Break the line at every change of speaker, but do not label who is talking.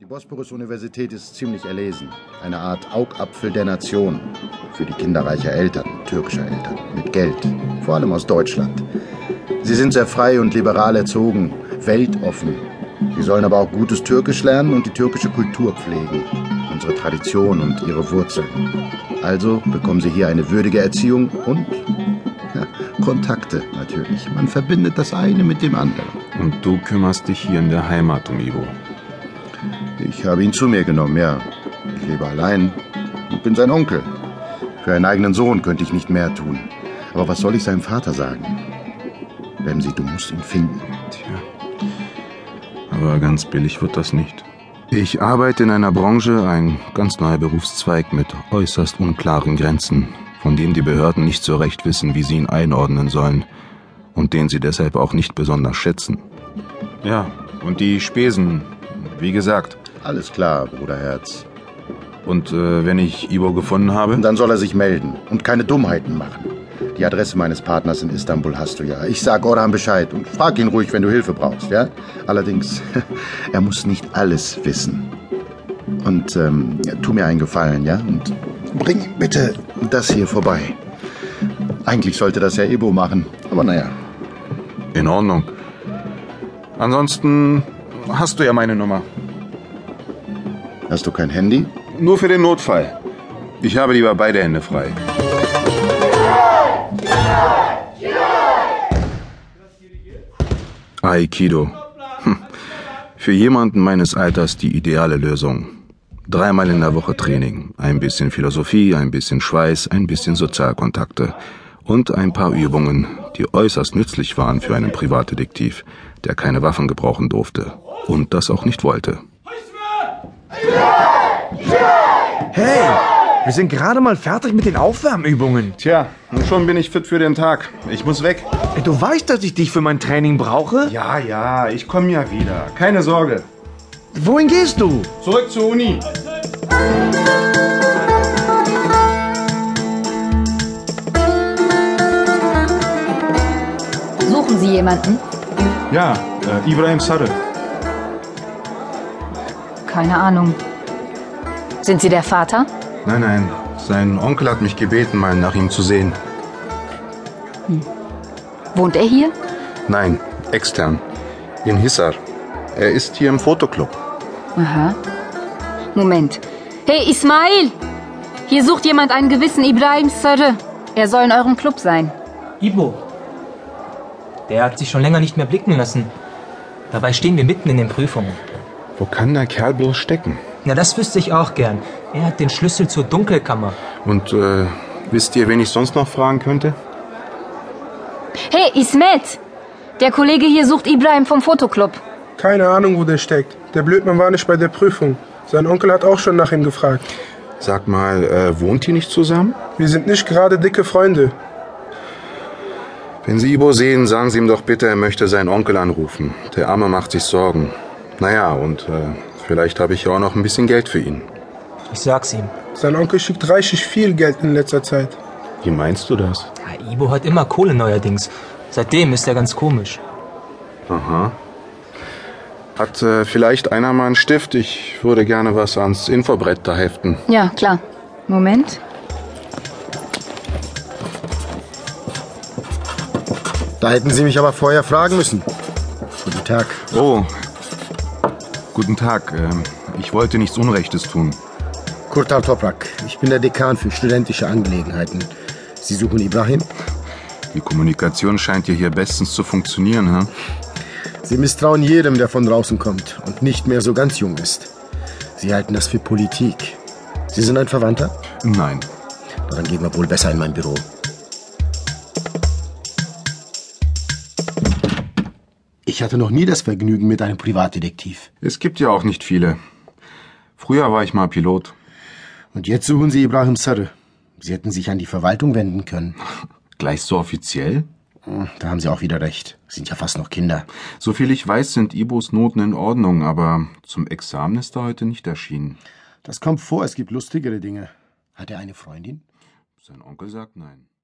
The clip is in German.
Die Bosporus-Universität ist ziemlich erlesen. Eine Art Augapfel der Nation. Für die Kinder reicher Eltern, türkischer Eltern, mit Geld. Vor allem aus Deutschland. Sie sind sehr frei und liberal erzogen, weltoffen. Sie sollen aber auch gutes Türkisch lernen und die türkische Kultur pflegen. Unsere Tradition und ihre Wurzeln. Also bekommen sie hier eine würdige Erziehung und ja, Kontakte natürlich. Man verbindet das eine mit dem anderen.
Und du kümmerst dich hier in der Heimat um Ivo.
Ich habe ihn zu mir genommen, ja. Ich lebe allein und bin sein Onkel. Für einen eigenen Sohn könnte ich nicht mehr tun. Aber was soll ich seinem Vater sagen? Ramsey, du musst ihn finden.
Tja. Aber ganz billig wird das nicht. Ich arbeite in einer Branche, ein ganz neuer Berufszweig mit äußerst unklaren Grenzen, von dem die Behörden nicht so recht wissen, wie sie ihn einordnen sollen und den sie deshalb auch nicht besonders schätzen. Ja, und die Spesen, wie gesagt.
Alles klar, Bruderherz.
Und äh, wenn ich Ivo gefunden habe?
Und dann soll er sich melden und keine Dummheiten machen. Die Adresse meines Partners in Istanbul hast du ja. Ich sag Orhan Bescheid und frag ihn ruhig, wenn du Hilfe brauchst, ja? Allerdings, er muss nicht alles wissen. Und ähm, ja, tu mir einen Gefallen, ja? Und bring ihm bitte das hier vorbei. Eigentlich sollte das ja Ebo machen, aber naja.
In Ordnung. Ansonsten hast du ja meine Nummer.
Hast du kein Handy?
Nur für den Notfall. Ich habe lieber beide Hände frei. Aikido. Hm. Für jemanden meines Alters die ideale Lösung. Dreimal in der Woche Training, ein bisschen Philosophie, ein bisschen Schweiß, ein bisschen Sozialkontakte und ein paar Übungen, die äußerst nützlich waren für einen Privatdetektiv, der keine Waffen gebrauchen durfte und das auch nicht wollte.
Hey, wir sind gerade mal fertig mit den Aufwärmübungen.
Tja, und schon bin ich fit für den Tag. Ich muss weg.
Ey, Du weißt, dass ich dich für mein Training brauche?
Ja, ja, ich komme ja wieder. Keine Sorge.
Wohin gehst du?
Zurück zur Uni.
Suchen Sie jemanden?
Ja, äh, Ibrahim Sarre.
Keine Ahnung. Sind Sie der Vater?
Nein, nein. Sein Onkel hat mich gebeten, mal nach ihm zu sehen.
Wohnt er hier?
Nein, extern. In Hissar. Er ist hier im Fotoclub.
Aha. Moment. Hey, Ismail! Hier sucht jemand einen gewissen Ibrahim Sörre. Er soll in eurem Club sein.
Ibo. Der hat sich schon länger nicht mehr blicken lassen. Dabei stehen wir mitten in den Prüfungen.
Wo kann der Kerl bloß stecken?
Na, das wüsste ich auch gern. Er hat den Schlüssel zur Dunkelkammer.
Und äh, wisst ihr, wen ich sonst noch fragen könnte?
Hey, Ismet! Der Kollege hier sucht Ibrahim vom Fotoclub.
Keine Ahnung, wo der steckt. Der Blödmann war nicht bei der Prüfung. Sein Onkel hat auch schon nach ihm gefragt.
Sag mal, äh, wohnt ihr nicht zusammen?
Wir sind nicht gerade dicke Freunde.
Wenn Sie Ibo sehen, sagen Sie ihm doch bitte, er möchte seinen Onkel anrufen. Der Arme macht sich Sorgen. Naja, und äh, vielleicht habe ich ja auch noch ein bisschen Geld für ihn.
Ich sag's ihm.
Sein Onkel schickt reichlich viel Geld in letzter Zeit.
Wie meinst du das?
Ja, Ibo hat immer Kohle neuerdings. Seitdem ist er ganz komisch.
Aha. Hat äh, vielleicht einer mal einen Stift? Ich würde gerne was ans Infobrett da heften.
Ja, klar. Moment.
Da hätten Sie mich aber vorher fragen müssen. Guten Tag.
Oh. Guten Tag. ähm, Ich wollte nichts Unrechtes tun.
Kurtar Toprak, ich bin der Dekan für studentische Angelegenheiten. Sie suchen Ibrahim?
Die Kommunikation scheint ja hier bestens zu funktionieren, hm?
Sie misstrauen jedem, der von draußen kommt und nicht mehr so ganz jung ist. Sie halten das für Politik. Sie sind ein Verwandter?
Nein.
Dann gehen wir wohl besser in mein Büro. Ich hatte noch nie das Vergnügen mit einem Privatdetektiv.
Es gibt ja auch nicht viele. Früher war ich mal Pilot.
Und jetzt suchen Sie Ibrahim Sarre. Sie hätten sich an die Verwaltung wenden können. Hm,
Gleich so offiziell?
Da haben Sie auch wieder recht. Sind ja fast noch Kinder.
Soviel ich weiß, sind Ibos Noten in Ordnung, aber zum Examen ist er heute nicht erschienen.
Das kommt vor, es gibt lustigere Dinge. Hat er eine Freundin?
Sein Onkel sagt nein.